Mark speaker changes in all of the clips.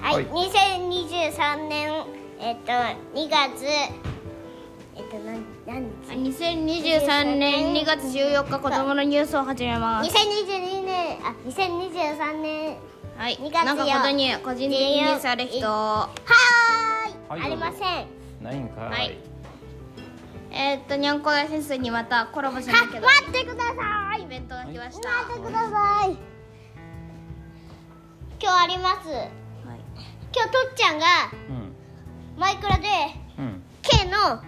Speaker 1: はい、
Speaker 2: は
Speaker 1: 2023年えっと2月えっとなん何日
Speaker 3: 2023年2月14日子供のニュースを始めます
Speaker 1: 2022年あ2023年
Speaker 3: はい
Speaker 1: 2月
Speaker 3: なんかことに個人的にニュースある人は
Speaker 1: は
Speaker 2: は
Speaker 1: ー
Speaker 2: い
Speaker 1: いありませんは
Speaker 2: ないんかい、
Speaker 3: いえーっとにゃんこ大先生にまたコラボしなきゃけど
Speaker 1: 待ってください
Speaker 3: イベントが来ました
Speaker 1: 待ってください今日あります
Speaker 3: はい
Speaker 1: 今日とっちゃんが
Speaker 2: うん
Speaker 1: マイクラで
Speaker 2: うん
Speaker 1: K の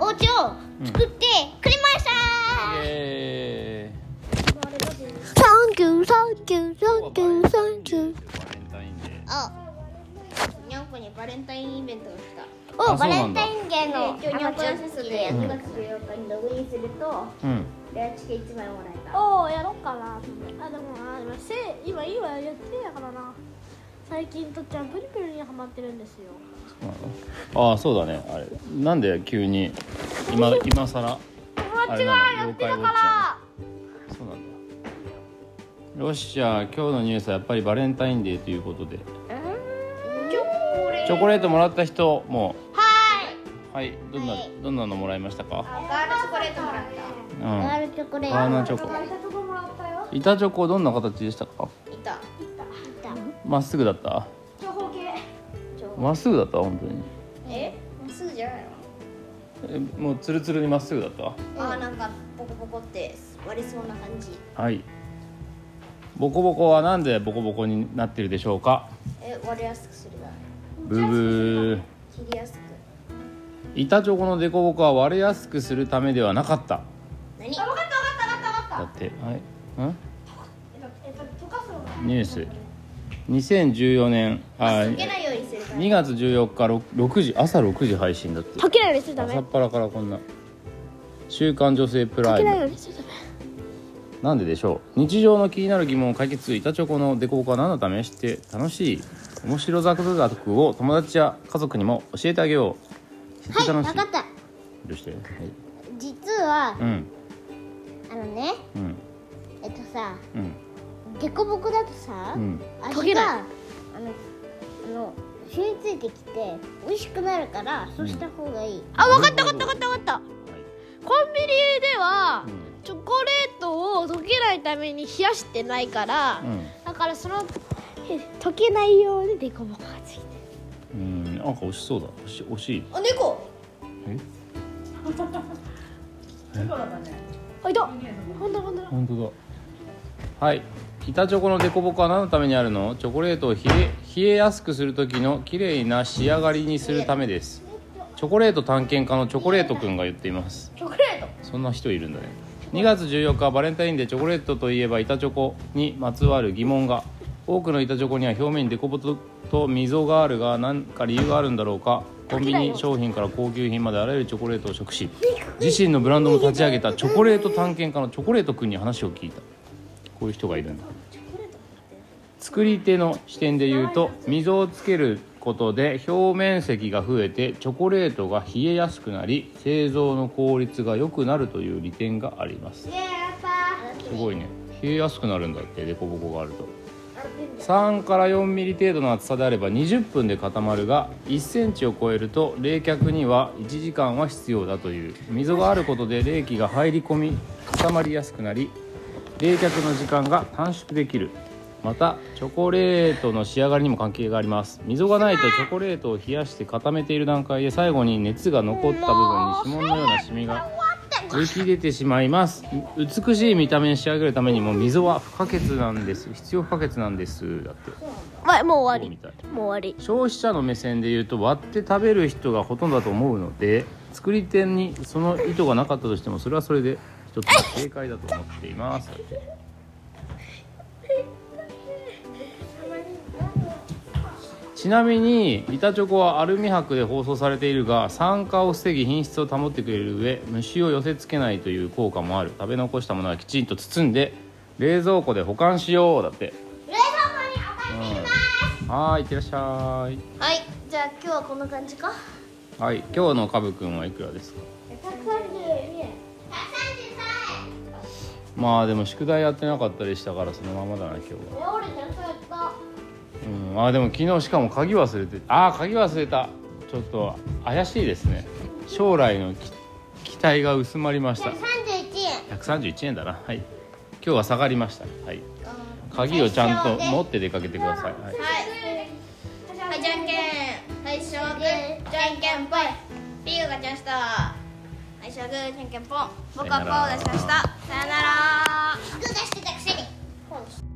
Speaker 2: うん
Speaker 1: お家を作ってくれました
Speaker 2: イエーイ
Speaker 1: サンキューサンキューサンキューサンキュー
Speaker 2: バレンタインデー
Speaker 1: あ
Speaker 3: にゃんこにバレンタインイベントが来た
Speaker 1: お
Speaker 2: あ
Speaker 1: バ
Speaker 2: そう
Speaker 1: レ
Speaker 2: な
Speaker 1: ン
Speaker 2: んだ
Speaker 1: タインデーの
Speaker 3: 今日にゃんこ大先生で
Speaker 2: うん
Speaker 3: 2月14日にログインすると
Speaker 2: うん
Speaker 3: レアチケ1枚もらえた
Speaker 4: おおやろっかなと思ってあでもなでもせ今今やってるやからな最近とっちゃんプリプリにはまってるんですよ
Speaker 2: そうなのああそうだねあれなんで急に今今さら
Speaker 4: 友
Speaker 2: あ
Speaker 4: 達
Speaker 2: れ
Speaker 4: が
Speaker 2: な
Speaker 4: や
Speaker 2: の
Speaker 4: って
Speaker 2: 妖怪ウォッチャー
Speaker 4: るか
Speaker 2: の
Speaker 4: ら
Speaker 2: そうなんだよっしゃ今日のニュースはやっぱりバレンタインデーということでチョコレートもらった人も
Speaker 1: はい
Speaker 2: はいどんな、
Speaker 1: はい
Speaker 2: どんなのもらいましたか
Speaker 3: ガールチョコレートもらった
Speaker 2: うん
Speaker 1: ガ
Speaker 2: バ
Speaker 1: ールチョコレート
Speaker 2: ーナーチョコ板チョコどんな形でしたか
Speaker 3: いた
Speaker 2: まっすぐだったまっすぐだった本当に
Speaker 3: えすぐじゃないの
Speaker 2: えもうツルツルにまっすぐだった
Speaker 3: あーなんかボコボコって割れそうな感じ
Speaker 2: はいボコボコはなんでボコボコになってるでしょうか
Speaker 3: え割れやすくするだ
Speaker 2: ブブー
Speaker 3: 切りやすく
Speaker 2: 板チョコのデコボコは割れやすくするためではなかった
Speaker 3: 何あ分かった分かった分かった
Speaker 2: だってはいうんニュース2014年あ
Speaker 3: 溶けないようにするから
Speaker 2: 2月14日ろ6時朝6時配信だって
Speaker 4: けないようにしてダ
Speaker 2: 朝っぱらからこんな「週刊女性プライム
Speaker 4: うにしてダメ」
Speaker 2: なんででしょう日常の気になる疑問を解決する板チョコのデコボコは何のためして楽しい面白ザクザクを友達や家族にも教えてあげよう知っ
Speaker 1: はい
Speaker 2: て
Speaker 1: 分
Speaker 2: 楽し
Speaker 1: か
Speaker 2: い、
Speaker 1: った
Speaker 2: どうして、はい、
Speaker 1: 実は
Speaker 2: うん
Speaker 1: あのね
Speaker 2: うん
Speaker 1: えっとさ
Speaker 2: うん
Speaker 1: デコボコだとさ、
Speaker 2: うん
Speaker 1: 味があのあの染みついてきて美味しくなるからそうした方がいい、
Speaker 4: あ分かった分かった分かった分かったコンビニでは
Speaker 2: うん
Speaker 4: チョコレートを溶けないために冷やしてないから、
Speaker 2: うん
Speaker 4: だからそのへ溶けないようにデコボコがついてる
Speaker 2: うんなんか惜しそうだ惜し惜しい
Speaker 3: あ猫
Speaker 2: え
Speaker 4: あいたほんとほんとだ
Speaker 2: 本当だはい板チョコのデコボコは何のためにあるのチョコレートを冷え冷えやすくする時の綺麗な仕上がりにするためですチョコレート探検家のチョコレートくんが言っています
Speaker 4: チョコレート
Speaker 2: そんな人いるんだね2月14日はバレンタインデーチョコレートといえば板チョコにまつわる疑問が多くの板チョコには表面にデコボコと溝があるが何か理由があるんだろうかコンビニ商品から高級品まであらゆるチョコレートを食し自身のブランドも立ち上げたチョコレート探検家のチョコレートくんに話を聞いたこういう人がいるんだ作り手の視点で言うと溝をつけることで表面積が増えてチョコレートが冷えやすくなり製造の効率が良くなるという利点がありますすごいね冷えやすくなるんだってデコボコがあると3から4ミリ程度の厚さであれば20分で固まるが1センチを超えると冷却には1時間は必要だという溝があることで冷気が入り込み固まりやすくなり冷却の時間が短縮できるまたチョコレートの仕上がりにも関係があります溝がないとチョコレートを冷やして固めている段階で最後に熱が残った部分に指紋のようなシミが浮き出てしまいます美しい見た目に仕上げるためにも溝は不可欠なんです必要不可欠なんですだって
Speaker 4: わも
Speaker 2: そ
Speaker 4: う終
Speaker 2: う
Speaker 4: わ
Speaker 2: みたい
Speaker 4: りもう終わ
Speaker 2: 消費者の目線で言うと割って食べる人がほとんどだと思うので作り手にその意図がなかったとしてもそれはそれで一つの正解だと思っていますちなみに板チョコはアルミ箔で包装されているが酸化を防ぎ品質を保ってくれる上虫を寄せ付けないという効果もある食べ残したものはきちんと包んで冷蔵庫で保管しようだって
Speaker 1: 冷蔵庫に
Speaker 2: うんはーいいってらっしゃい
Speaker 3: はいじゃあ今日はこんな感じか
Speaker 2: はい、今日のカブくんはいくらですか。まあでも宿題やってなかったりしたからそのままだな今日は。
Speaker 1: 俺じゃそうやった
Speaker 2: うん、あーでも昨日しかも鍵忘れてああ鍵忘れたちょっと怪しいですね将来のき期待が薄まりました
Speaker 1: 131円
Speaker 2: 131円だなはい今日は下がりましたはい鍵をちゃんと持って出かけてください、はい、
Speaker 3: はいはいじゃんけん最初はグーじゃんけんぽいピーが勝ちました最初はグーじゃんけんぽん僕はポーを出しましたさよなら
Speaker 1: 服出してたくせに本出して